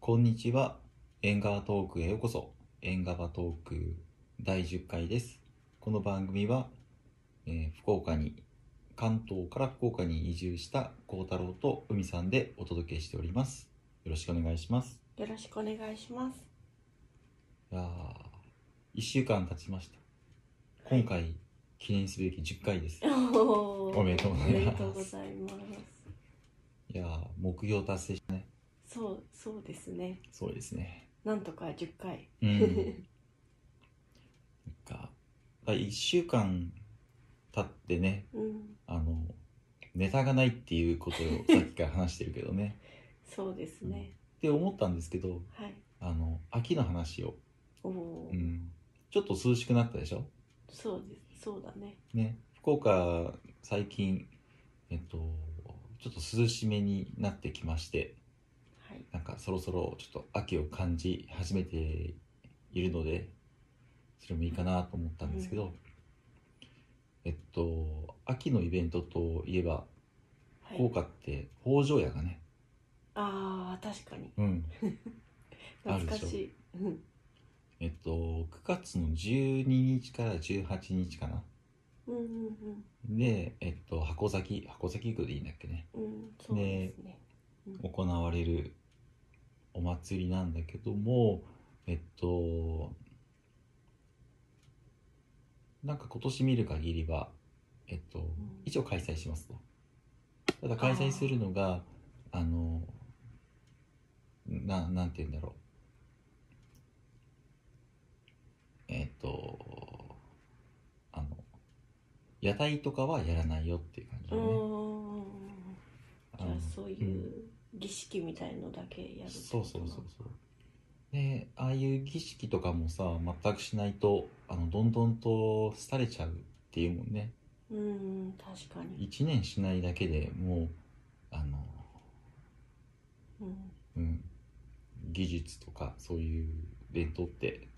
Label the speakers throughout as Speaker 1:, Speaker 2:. Speaker 1: こんにちは。縁側トークへようこそ。縁側トーク第10回です。この番組は、えー福岡に、関東から福岡に移住した幸太郎と海さんでお届けしております。よろしくお願いします。
Speaker 2: よろしくお願いします。
Speaker 1: いやー、1週間経ちました。今回、記念すべき10回です。
Speaker 2: お
Speaker 1: おめでとうございます
Speaker 2: おめでとうございます
Speaker 1: いやー、目標達成しね。
Speaker 2: そう、そうですね。
Speaker 1: そうですね。
Speaker 2: なんとか10回。
Speaker 1: うん。なんか、1週間経ってね、
Speaker 2: うん、
Speaker 1: あの、ネタがないっていうことを さっきから話してるけどね。
Speaker 2: そうですね。
Speaker 1: って思ったんですけど、
Speaker 2: はい。
Speaker 1: あの、秋の話を、
Speaker 2: おお、
Speaker 1: うん、ちょっと涼しくなったでしょ
Speaker 2: そうです。そうだね。
Speaker 1: ね。福岡、最近、えっと、ちょっと涼しめになってきまして、
Speaker 2: はい。
Speaker 1: なんかそろそろちょっと秋を感じ始めているので、それもいいかなと思ったんですけど、えっと、秋のイベントといえば、
Speaker 2: は
Speaker 1: 福
Speaker 2: い。
Speaker 1: 岡って北条屋がね、
Speaker 2: ああ、確かに。
Speaker 1: うん、ある
Speaker 2: 懐
Speaker 1: でしょ
Speaker 2: かしい。うん
Speaker 1: えっと、9月の12日から18日かな。
Speaker 2: うんうん
Speaker 1: で、えっと、箱崎、箱崎区でいいんだっけね。
Speaker 2: うん。うん、そうですね。
Speaker 1: 行われるお祭りなんだけども、えっと、なんか今年見る限りは、えっと、一応開催しますと。ただ開催するのが、あの、な、なんて言うんだろう。えっと、あの、屋台とかはやらないよっていう感じだ
Speaker 2: う
Speaker 1: ね。
Speaker 2: ん。じ
Speaker 1: あ
Speaker 2: ゃ
Speaker 1: の
Speaker 2: あ、そういう儀式みたいのだけやるって
Speaker 1: そう
Speaker 2: こと
Speaker 1: そう
Speaker 2: な
Speaker 1: そうそうでああいう儀式とかもさ全くしないとあのどんどんと廃れちゃうっていうもんね
Speaker 2: うん、確かに。
Speaker 1: 1年しないだけでもうあの、
Speaker 2: うん。
Speaker 1: うん、技術とかそういう伝統って、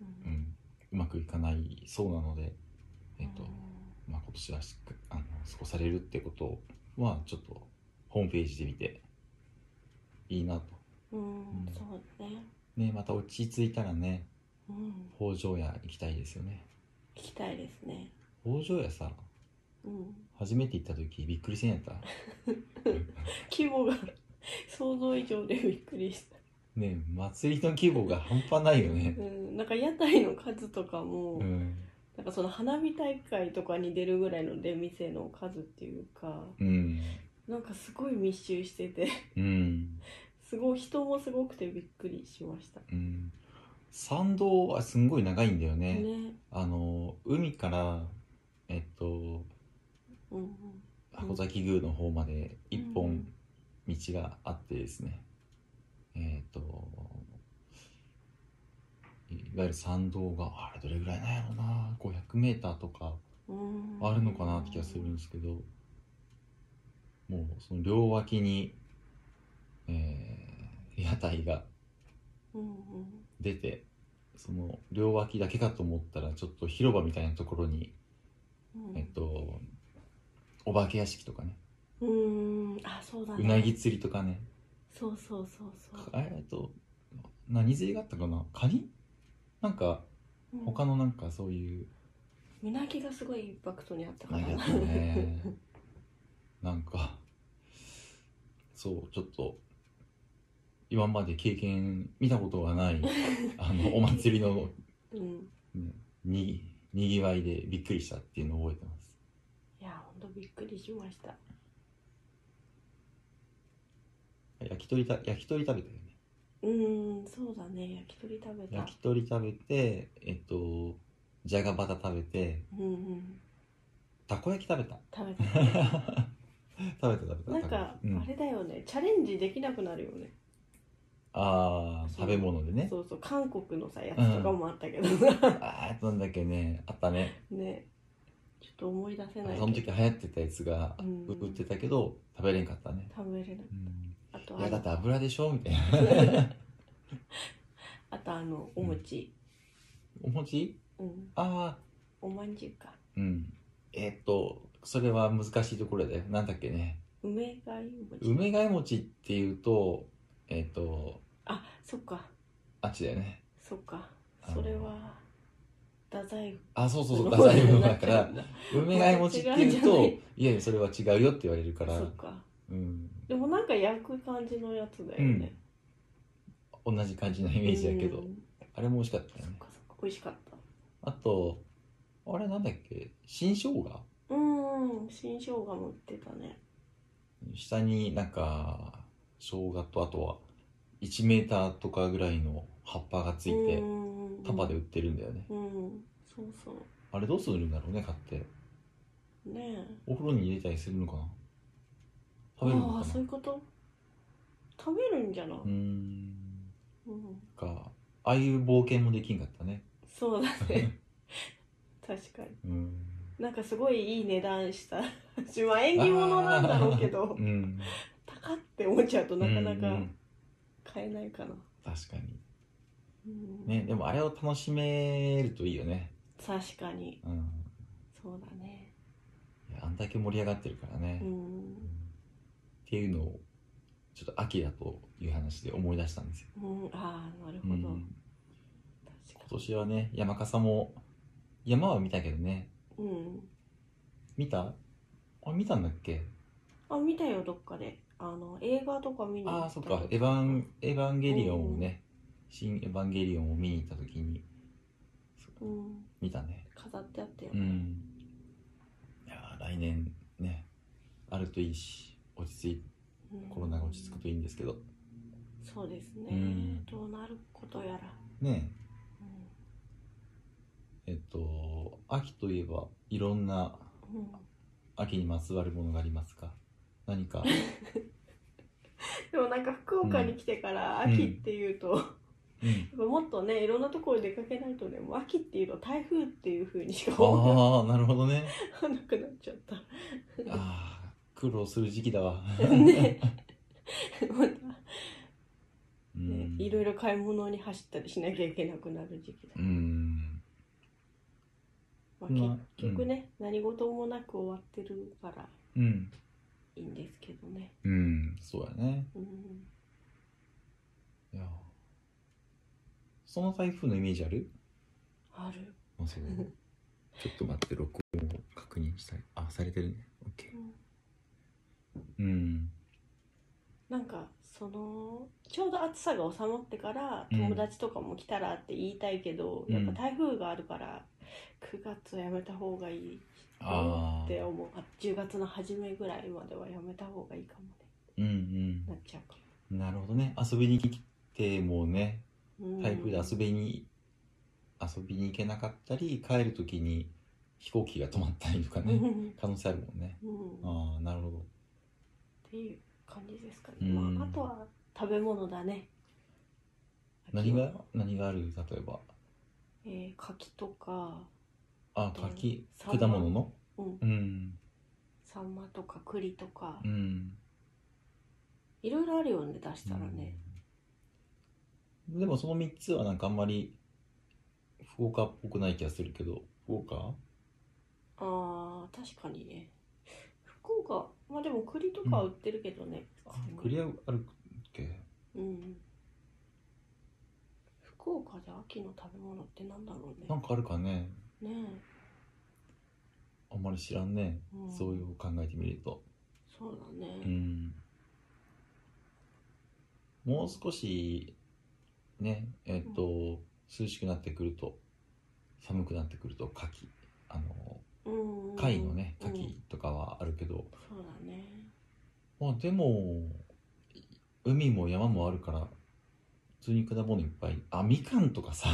Speaker 2: う。
Speaker 1: うんん、うまくいかないそうなので、えっと
Speaker 2: うん
Speaker 1: まあ、今年はしっかあの過ごされるってことはちょっとホームページで見ていいなと。
Speaker 2: うん、そうね。
Speaker 1: ね、また落ち着いたらね
Speaker 2: うん、
Speaker 1: 北条屋行きたいですよね
Speaker 2: 聞きたいですね。
Speaker 1: 北条屋さ
Speaker 2: うん、
Speaker 1: 初めて行った時びっくりせんやった
Speaker 2: 規模が 想像以上でびっくりした。
Speaker 1: ねえ祭りの規模が半端ないよね
Speaker 2: うん、なんか屋台の数とかも、
Speaker 1: うん
Speaker 2: なんかその花火大会とかに出るぐらいの出店の数っていうか、
Speaker 1: うん
Speaker 2: なんかすごい密集してて、
Speaker 1: うん、
Speaker 2: すごい人もすごくてびっくりしました。
Speaker 1: うん、参道はすんごい長いんだよね
Speaker 2: ね、
Speaker 1: あの海からえっと
Speaker 2: うんうん、
Speaker 1: 箱崎宮の方まで一
Speaker 2: う
Speaker 1: 本
Speaker 2: ん
Speaker 1: 道があってですね、えっといわゆる参道があれどれぐらいなんやろうな 500m とか
Speaker 2: うん、
Speaker 1: あるのかなって気がするんですけど、もうその両脇に、えー屋台が
Speaker 2: うんうん、
Speaker 1: 出て、その両脇だけかと思ったら、ちょっと広場みたいなところに、
Speaker 2: うん、
Speaker 1: えっと、お化け屋敷とかね、
Speaker 2: うん、あ、そうだね。
Speaker 1: うなぎ釣りとかね、
Speaker 2: そうそうそうそう。
Speaker 1: あれえっと、何釣りがあったかなカニなんか、
Speaker 2: うん
Speaker 1: 他のなんかそういう、
Speaker 2: うなぎがすごいインパクトにあったか
Speaker 1: な
Speaker 2: ら
Speaker 1: んかやったね。なんか、そう、ちょっと、今まで経験、見たことがない、あの、お祭りの、
Speaker 2: うん
Speaker 1: ねに、にぎわいでびっくりしたっていうのを覚えてます。
Speaker 2: いやほんとびっくりしました
Speaker 1: 焼き鳥た、焼き鳥食べたよね。
Speaker 2: うーんそうだね焼き鳥食べた
Speaker 1: 焼き鳥食べて、えっと、じゃがバタ食べて、
Speaker 2: うんうん
Speaker 1: たこ焼き食べた。
Speaker 2: 食べた
Speaker 1: 食べた食べた。
Speaker 2: なんか、
Speaker 1: うん、
Speaker 2: あれだよねチャレンジできなくなるよね
Speaker 1: あー食べ物でね。
Speaker 2: そうそう韓国のさやつとかもあったけどさ、
Speaker 1: あーなんだっけね、あったね。
Speaker 2: ねちょっと思い出せない
Speaker 1: その時流行ってたやつが
Speaker 2: う、ん
Speaker 1: 売ってたけど、食べれんかったね。
Speaker 2: 食べれない
Speaker 1: うん
Speaker 2: あと
Speaker 1: いや
Speaker 2: あ
Speaker 1: だっ
Speaker 2: の
Speaker 1: て油でしょみたいな
Speaker 2: あとあのお餅
Speaker 1: お餅
Speaker 2: うん、
Speaker 1: ああ
Speaker 2: おまんじゅうか
Speaker 1: うんえーっとそれは難しいところだよなんだっけね
Speaker 2: 梅がいいお餅
Speaker 1: 梅がい餅っていうとえっ、と
Speaker 2: あそっか
Speaker 1: あっちだよね
Speaker 2: そっか
Speaker 1: あの
Speaker 2: それは太宰府
Speaker 1: あそうそうそう
Speaker 2: の
Speaker 1: 太宰府
Speaker 2: 方
Speaker 1: の
Speaker 2: にな
Speaker 1: だ
Speaker 2: っ
Speaker 1: か
Speaker 2: ちゃ
Speaker 1: ら
Speaker 2: うんだ
Speaker 1: 梅貝餅っていう
Speaker 2: 違う
Speaker 1: と
Speaker 2: じ
Speaker 1: いやいやそれは違うよって言われるから
Speaker 2: そっか
Speaker 1: うん
Speaker 2: でもなんか焼く感じのやつだよね、
Speaker 1: 同じ感じのイメージだけど、
Speaker 2: うん
Speaker 1: あれも美味しかった
Speaker 2: そ
Speaker 1: よ
Speaker 2: っ
Speaker 1: ね
Speaker 2: かそっか美味しかっ
Speaker 1: あとあれなんだっけ新生姜
Speaker 2: たうん新生姜も売ってたね
Speaker 1: 下になんか生姜とあとは1メーターとかぐらいの葉っぱがついて
Speaker 2: うん
Speaker 1: 束で売ってるんだよね
Speaker 2: うんそうそう
Speaker 1: あれどうするんだろうね買って
Speaker 2: ねえ
Speaker 1: お風呂に入れたりするのかな食べるのか
Speaker 2: ああ
Speaker 1: な
Speaker 2: そういうこと食べるんじゃない、
Speaker 1: うーん
Speaker 2: うん、
Speaker 1: かああいう冒険もできんかったね
Speaker 2: そうだ ね確かに
Speaker 1: うん
Speaker 2: なんかすごいいい値段したまあ縁起物なんだろうけど
Speaker 1: うん
Speaker 2: 高って思っちゃうとなかな
Speaker 1: うんう
Speaker 2: か
Speaker 1: ん
Speaker 2: 買えないかな、
Speaker 1: 確かに
Speaker 2: うん
Speaker 1: ねでもあれを楽しめるといいよね
Speaker 2: 確かに
Speaker 1: うん
Speaker 2: そうだね
Speaker 1: いやあんだけ盛り上がってるからね、
Speaker 2: う
Speaker 1: うん
Speaker 2: ん、
Speaker 1: っていうのをちょっと秋だという話で思い出したんですよ、
Speaker 2: うん、ああなる
Speaker 1: う
Speaker 2: ほ
Speaker 1: ん
Speaker 2: ど、
Speaker 1: 今
Speaker 2: 確か
Speaker 1: 年はね山笠も山は見たけどね
Speaker 2: にうん
Speaker 1: 見たあ見たんだっけ、
Speaker 2: あ見たよどっかであの映画とか見に
Speaker 1: ああそ
Speaker 2: と
Speaker 1: っ
Speaker 2: か
Speaker 1: かエヴァン「エヴァンゲリオン」をね「新エヴァンゲリオン」を見に行った時にそう
Speaker 2: うん
Speaker 1: 見たね
Speaker 2: 飾ってあったよ
Speaker 1: う
Speaker 2: ね、
Speaker 1: んいやー来年ねあるといいし落ち着い
Speaker 2: うん
Speaker 1: コロナが落ち着くといいんですけど
Speaker 2: そうですね、
Speaker 1: うん
Speaker 2: どうなることやら、
Speaker 1: ね
Speaker 2: う
Speaker 1: ええっと秋といえばいろんなん
Speaker 2: うん、
Speaker 1: 秋にまつわるものがありますか何 か
Speaker 2: でもなんか福岡に来てから秋っていうと、や
Speaker 1: うん
Speaker 2: っぱもっとねいろんなところに出かけないとねもう秋っていうと台風っていうふうにしか思
Speaker 1: ああなるほどね
Speaker 2: わなくなっちゃった
Speaker 1: ああ苦労する時期だ わ
Speaker 2: ねまた
Speaker 1: う
Speaker 2: ね
Speaker 1: ん
Speaker 2: いろいろ買い物に走ったりしなきゃいけなくなる時期だ
Speaker 1: う、ん
Speaker 2: まあ、
Speaker 1: まあ
Speaker 2: 結局ね、何事もなく終わってるから
Speaker 1: うん
Speaker 2: いいんですけどね、
Speaker 1: うんそうやね
Speaker 2: うん、
Speaker 1: いやその台風のイメージある
Speaker 2: ある、
Speaker 1: あ そうちょっと待って録音を確認したいあされてるねオッケ
Speaker 2: うん
Speaker 1: ーうん
Speaker 2: なんかそのちょうど暑さが収まってから
Speaker 1: うん
Speaker 2: 友達とかも来たらって言いたいけど、
Speaker 1: うん
Speaker 2: やっぱ台風があるから9月はやめた方がいい
Speaker 1: あ
Speaker 2: っ
Speaker 1: あ
Speaker 2: て思うあ10月の初めぐらいまではやめた方がいいかもね
Speaker 1: うん
Speaker 2: なっちゃうか
Speaker 1: うんなるほどね遊びに来てもね
Speaker 2: も、うん
Speaker 1: 台風で遊びに、遊びに行けなかったり帰る時に飛行機が止まったりとか
Speaker 2: う
Speaker 1: ね
Speaker 2: ん
Speaker 1: 可能性あるもんね
Speaker 2: うんっ
Speaker 1: ああなるほど
Speaker 2: ていう感じですかね、
Speaker 1: うん
Speaker 2: まあ、あとは食べ物だね
Speaker 1: 何が何がある例えば
Speaker 2: えー、柿とか、
Speaker 1: あ柿
Speaker 2: サンマ
Speaker 1: 果物の
Speaker 2: うん、
Speaker 1: うん
Speaker 2: サンマとか栗とか、
Speaker 1: うん
Speaker 2: いろいろあるよね出したらね、
Speaker 1: うんでもその3つはなんかあんまり福岡っぽくない気がするけど福岡
Speaker 2: あー確かにね福岡まあでも栗とかは売ってるけどね、
Speaker 1: あ
Speaker 2: 普通に
Speaker 1: 栗はあるっけ
Speaker 2: うん福岡で秋の食べ物ってなんだろうね
Speaker 1: なんかあるかね
Speaker 2: ね
Speaker 1: あんまり知らんね
Speaker 2: え、うん
Speaker 1: そういう考えてみると
Speaker 2: そうだ
Speaker 1: う
Speaker 2: ね、
Speaker 1: んもう少しねえっと、涼しくなってくると寒くなってくると牡蠣あの
Speaker 2: うんうん
Speaker 1: 貝のね
Speaker 2: うん
Speaker 1: 牡蠣とかはあるけど、
Speaker 2: そうだね
Speaker 1: まあでもい海も山もあるから普通に果物いっぱいあみかんとかさ、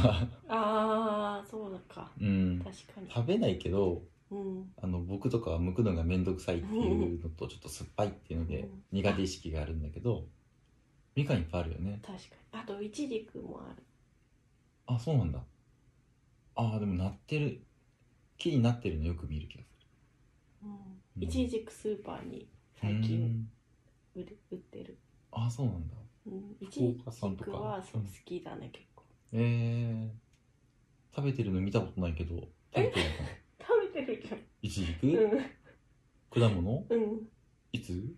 Speaker 2: ああそうだか
Speaker 1: うん、
Speaker 2: 確か に
Speaker 1: 食べないけど
Speaker 2: うん
Speaker 1: あの僕とかは剥くのが面倒くさいっていうのとちょっと酸っぱいっていうの
Speaker 2: う
Speaker 1: で
Speaker 2: ん
Speaker 1: 苦手意識があるんだけどみかんいっぱいあるよね
Speaker 2: 確かにあといちじくもある
Speaker 1: あ、そうなんだ。ああ、でもなってる。木になってるのよく見る気がす
Speaker 2: うんいちじくスーパーに
Speaker 1: る。
Speaker 2: 最
Speaker 1: うー
Speaker 2: 近
Speaker 1: ん
Speaker 2: 売る売ってる、
Speaker 1: あそうなんだ。
Speaker 2: うん、いち
Speaker 1: 福
Speaker 2: じ
Speaker 1: 岡さんと
Speaker 2: く
Speaker 1: か。
Speaker 2: はそう
Speaker 1: うん
Speaker 2: 好きだね結構
Speaker 1: えー、食べてるの見たことないけど、食べてるのかな。
Speaker 2: 食べてるじゃん
Speaker 1: いちじ
Speaker 2: う
Speaker 1: く
Speaker 2: ん
Speaker 1: 果物
Speaker 2: うん
Speaker 1: いつ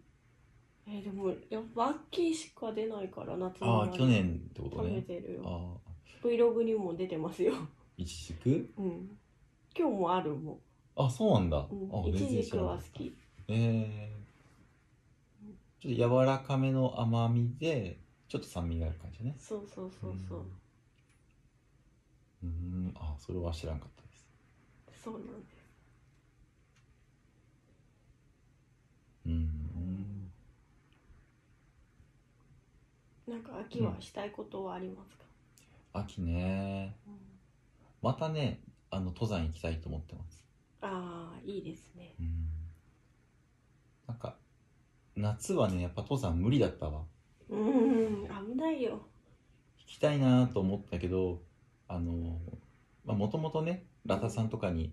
Speaker 2: ええーでもやっぱ秋しか出ないから夏
Speaker 1: ああ、去年ってこと
Speaker 2: 食べ
Speaker 1: ね。
Speaker 2: てるよ
Speaker 1: ああ、
Speaker 2: Vlog にも出てますよ、
Speaker 1: いちじく
Speaker 2: うん、今日もあるも
Speaker 1: あ、そうなんだ。あ
Speaker 2: ん、うん、い
Speaker 1: 全然
Speaker 2: ちじ
Speaker 1: 知らな
Speaker 2: く
Speaker 1: かっ
Speaker 2: は好
Speaker 1: た
Speaker 2: き
Speaker 1: えー、ちょっと柔らかめの甘みで、ちょっと酸味がある感じね。
Speaker 2: そうそうそうそう、
Speaker 1: うん。うん、あ、それは知らんかったです。
Speaker 2: そうなんです
Speaker 1: うん。
Speaker 2: なんか秋はしたいことはありますか、
Speaker 1: 秋ね。
Speaker 2: うん
Speaker 1: またね、あの、登山行きたいと思ってます。
Speaker 2: ああいいですね
Speaker 1: うん。なんか、夏はね、やっぱ登山無理だったわ。
Speaker 2: うん危ないよ
Speaker 1: 行きたいなと思ったけど、あの、まあ、もともとね、ラタさんとかに、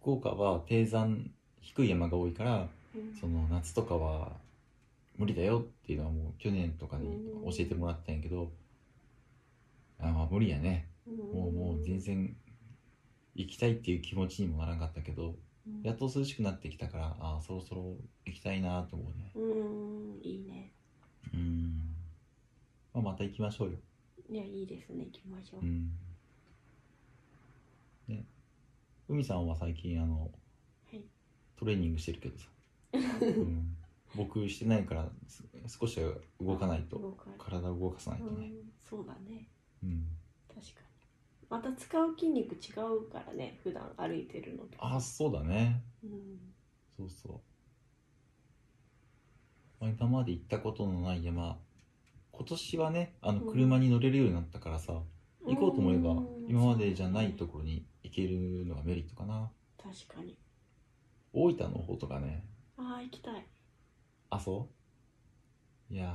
Speaker 1: 福岡は低山、低い山が多いから、
Speaker 2: うん
Speaker 1: その夏とかは無理だよっていうのはもう去年とかに教えてもらったんやけど、あまあ無理やねもうもう全然行きたいっていう気持ちにもならなかったけど
Speaker 2: うん
Speaker 1: やっと涼しくなってきたからあそろそろ行きたいなと思うね
Speaker 2: うんいいね
Speaker 1: うん、まあ、また行きましょうよ
Speaker 2: いやいいですね行きましょう、
Speaker 1: うんね海さんは最近あの、
Speaker 2: はい
Speaker 1: トレーニングしてる けどさ、うん、僕してないからす少しは動かないと
Speaker 2: 動かない
Speaker 1: 体を動かさないと
Speaker 2: う
Speaker 1: ね、
Speaker 2: んそうだね
Speaker 1: うん、
Speaker 2: 確かにまた使う筋肉違うからね普段歩いてるのと
Speaker 1: ああそうだね
Speaker 2: うん
Speaker 1: そうそう、まあ、今まで行ったことのない山今年はねあの
Speaker 2: うん
Speaker 1: 車に乗れるようになったからさ、行こうと思えば
Speaker 2: うん
Speaker 1: 今までじゃないところに行けるのがメリットかな
Speaker 2: 確かに
Speaker 1: 大分の方とかね
Speaker 2: ああ行きたい
Speaker 1: 阿蘇いや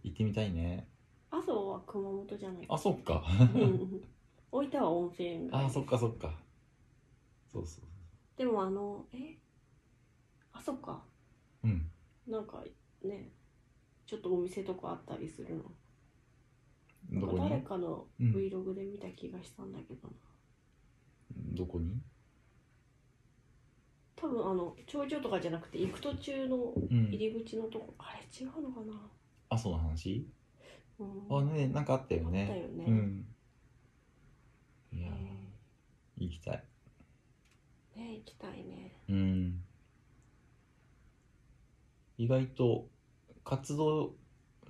Speaker 1: ー行ってみたいね
Speaker 2: 阿蘇は熊本じゃない
Speaker 1: あそっか
Speaker 2: うん大分は温泉街
Speaker 1: あそっかそっかそうそう
Speaker 2: でもあのえあそっか
Speaker 1: そううん
Speaker 2: なんかねちょっとお店とかあったりするの
Speaker 1: どこ
Speaker 2: 誰
Speaker 1: に
Speaker 2: かの
Speaker 1: うん
Speaker 2: Vlog で見た気がしたんだけどな、
Speaker 1: どこに
Speaker 2: 多分あの頂上とかじゃなくて行く途中の
Speaker 1: うん
Speaker 2: 入り口のとこ、あれ違うのかな、
Speaker 1: 阿蘇の話
Speaker 2: うん、
Speaker 1: あねなんかあったよ
Speaker 2: あ
Speaker 1: ね
Speaker 2: ったよね
Speaker 1: うんい
Speaker 2: え
Speaker 1: やー行きたい
Speaker 2: ーね行きたいね
Speaker 1: うん意外と活動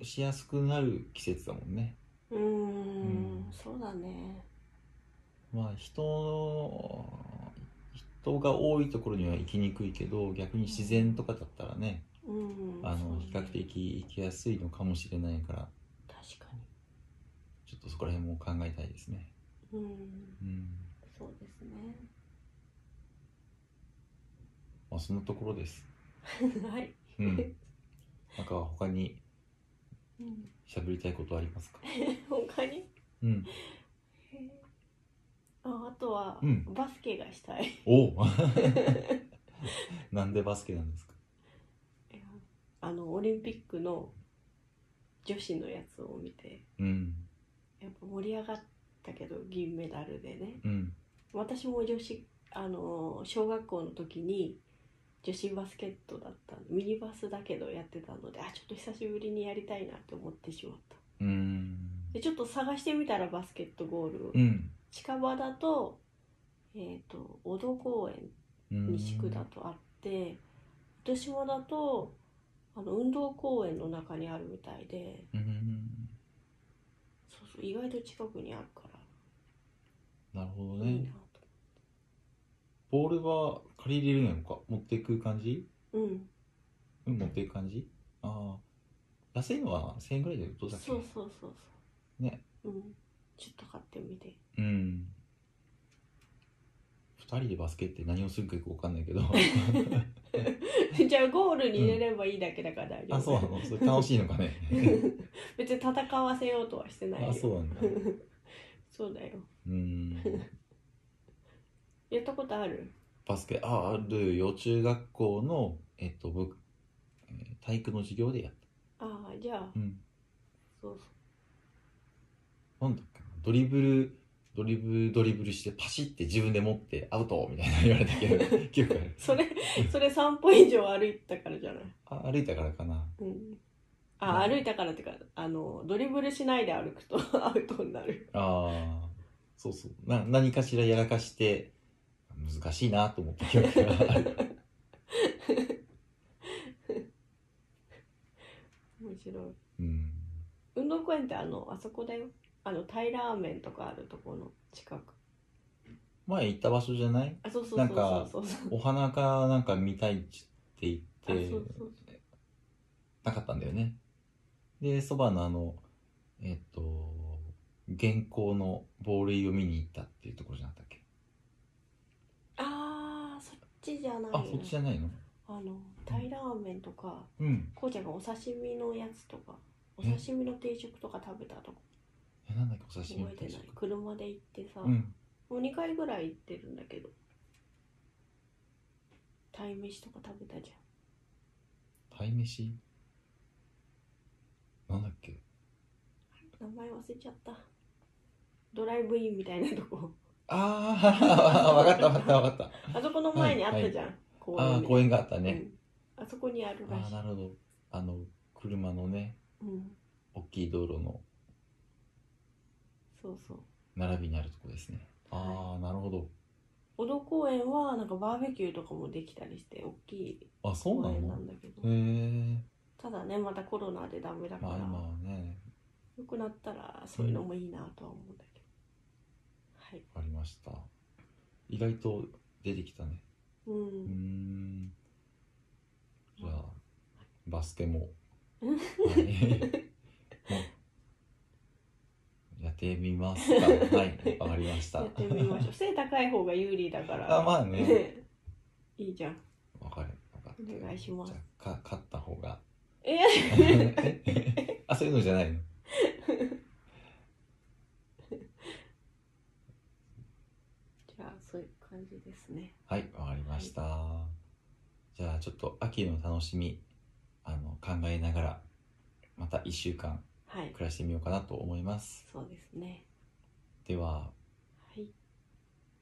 Speaker 1: しやすくなる季節だもんね
Speaker 2: うーん
Speaker 1: うん
Speaker 2: んそうだね
Speaker 1: まあ人の人が多いところには行きにくいけど逆に自然とかだったらね、
Speaker 2: うん
Speaker 1: あ
Speaker 2: そう
Speaker 1: の
Speaker 2: ね
Speaker 1: 比較的行きやすいのかもしれないから
Speaker 2: 確か
Speaker 1: ちょっとそこら辺も考えたいですね
Speaker 2: にうん
Speaker 1: うん
Speaker 2: そうですね
Speaker 1: まあそんなところです
Speaker 2: はい、
Speaker 1: うん なんか他に
Speaker 2: うん、
Speaker 1: 喋りたいことはありますか
Speaker 2: 他に
Speaker 1: うん
Speaker 2: ああとは、
Speaker 1: うん
Speaker 2: バスケがしたい
Speaker 1: おお なんでバスケなんですか
Speaker 2: あのオリンピックの女子のやつを見て
Speaker 1: うん
Speaker 2: やっぱ盛り上がったけど銀メダルでね
Speaker 1: うん
Speaker 2: 私も女子あの小学校の時に女子バスケットだったミニバスだけどやってたのであちょっと久しぶりにやりたいなって思ってしまった
Speaker 1: うん
Speaker 2: でちょっと探してみたらバスケットゴールを
Speaker 1: うん
Speaker 2: 近場だと,、えー、と小戸公園
Speaker 1: うん
Speaker 2: 西区だとあって糸島だとあの運動公園の中にあるみたいで
Speaker 1: うん
Speaker 2: そうそう意外と近くにあるから
Speaker 1: なるほど
Speaker 2: いい
Speaker 1: ね
Speaker 2: なと、
Speaker 1: ボールは借りれるのか持っていく感じ
Speaker 2: うん
Speaker 1: うん持っていく感じああ安いのは1000円ぐらいでどうだっけ
Speaker 2: そうそうそうそう
Speaker 1: ね
Speaker 2: うんちょっと買ってみて
Speaker 1: うん2人でバスケって何をするかよく分かんない けど
Speaker 2: じゃあゴールに入れればいいだけだから大丈夫、
Speaker 1: あそうなのそれ楽しいのかね
Speaker 2: 別に戦わせようとはしてないよ
Speaker 1: あそうなんだ
Speaker 2: そうだよ
Speaker 1: うん
Speaker 2: やったことある
Speaker 1: バスケああるよ中学校のえっと僕えー体育の授業でやっ
Speaker 2: ああじゃあ
Speaker 1: たうん
Speaker 2: そう
Speaker 1: なんだっけなドリブルドリブルドリブルしてパシって自分で持ってアウトみたいな言われたけど記憶ある
Speaker 2: そうそれそれ3歩以上歩いたからじゃない
Speaker 1: あ歩いたからかな
Speaker 2: うんあ、
Speaker 1: うん
Speaker 2: 歩いたからっていうかあのドリブルしないで歩くと アウトになる
Speaker 1: ああ、そうそう。な、何かしらやらかして、難しいなと思った記憶がある。
Speaker 2: 面白い
Speaker 1: うん。
Speaker 2: 運動公園ってあのあそこだよあのタイラーメンとかあるとこの近く
Speaker 1: 前行った場所じゃない
Speaker 2: あそうそ
Speaker 1: な
Speaker 2: うそうん
Speaker 1: か
Speaker 2: そうそうそう
Speaker 1: お花かなんか見たいって言っ
Speaker 2: あそう
Speaker 1: て
Speaker 2: そうそう
Speaker 1: なかったんだよね。で、そばのあの、えっと、原稿のボールを見に行ったっていうところじゃなかったっけ
Speaker 2: あーそっちじゃない
Speaker 1: あ、そっちじゃないの
Speaker 2: あのタイラーメンとか
Speaker 1: うん。
Speaker 2: こうちゃんがお刺身のやつとかお
Speaker 1: え
Speaker 2: 刺身の定食とか食べたとこ
Speaker 1: え、なんだっけ、お刺身
Speaker 2: 覚えて
Speaker 1: 定
Speaker 2: ない
Speaker 1: 食。
Speaker 2: 車で行ってさ、
Speaker 1: うん。
Speaker 2: もう2回ぐらい行ってるんだけど鯛めしとか食べたじ
Speaker 1: 鯛めしなんだっけ
Speaker 2: ゃん名前忘れちゃったドライブインみたいなとこ
Speaker 1: あ あ、わかったわかったわかった。
Speaker 2: あそこの前にあったじゃん、公園
Speaker 1: ああ、
Speaker 2: みた
Speaker 1: 公
Speaker 2: い
Speaker 1: 園があった
Speaker 2: な
Speaker 1: ね。
Speaker 2: うんあそこにあるら
Speaker 1: ああ、
Speaker 2: しい
Speaker 1: なるほど。あの、車のね、
Speaker 2: うん
Speaker 1: 大きい道路の
Speaker 2: そうそう
Speaker 1: 並びにあるとこですね。ああ、なるほど。
Speaker 2: 小戸公園はなんかバーベキューとかもできたりして大きい
Speaker 1: あ、そう
Speaker 2: 公
Speaker 1: な
Speaker 2: 園な
Speaker 1: の
Speaker 2: んだけ
Speaker 1: へ
Speaker 2: ど
Speaker 1: え。
Speaker 2: ただねまたコロナでダメだか
Speaker 1: ま
Speaker 2: ら、
Speaker 1: あ今はね、
Speaker 2: 良くなったらそういうのもいいなとは思うんだけど、はい
Speaker 1: ありました。意外と出てきたね。
Speaker 2: う
Speaker 1: うんーん。じゃあ、バスケ も。
Speaker 2: うん
Speaker 1: はいもうやってみますか。はい、わかりました。
Speaker 2: やって みましょう背高い方が有利だから
Speaker 1: あまあね
Speaker 2: いいじゃん
Speaker 1: わかる。わかった。
Speaker 2: お願いします
Speaker 1: じゃあか勝った方 が。
Speaker 2: え
Speaker 1: あ、そういうのじゃないの。
Speaker 2: じゃあそういう感じですね
Speaker 1: はい、わかりました。じゃあ、ちょっと秋の楽しみ、あの、考えながら、また一週間
Speaker 2: はい
Speaker 1: 暮らしてみようかなと思います。
Speaker 2: そうですね
Speaker 1: では、
Speaker 2: はい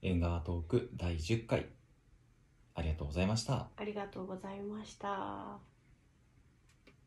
Speaker 1: 縁側トーク第10回、ありがとうございました。
Speaker 2: ありがとうございました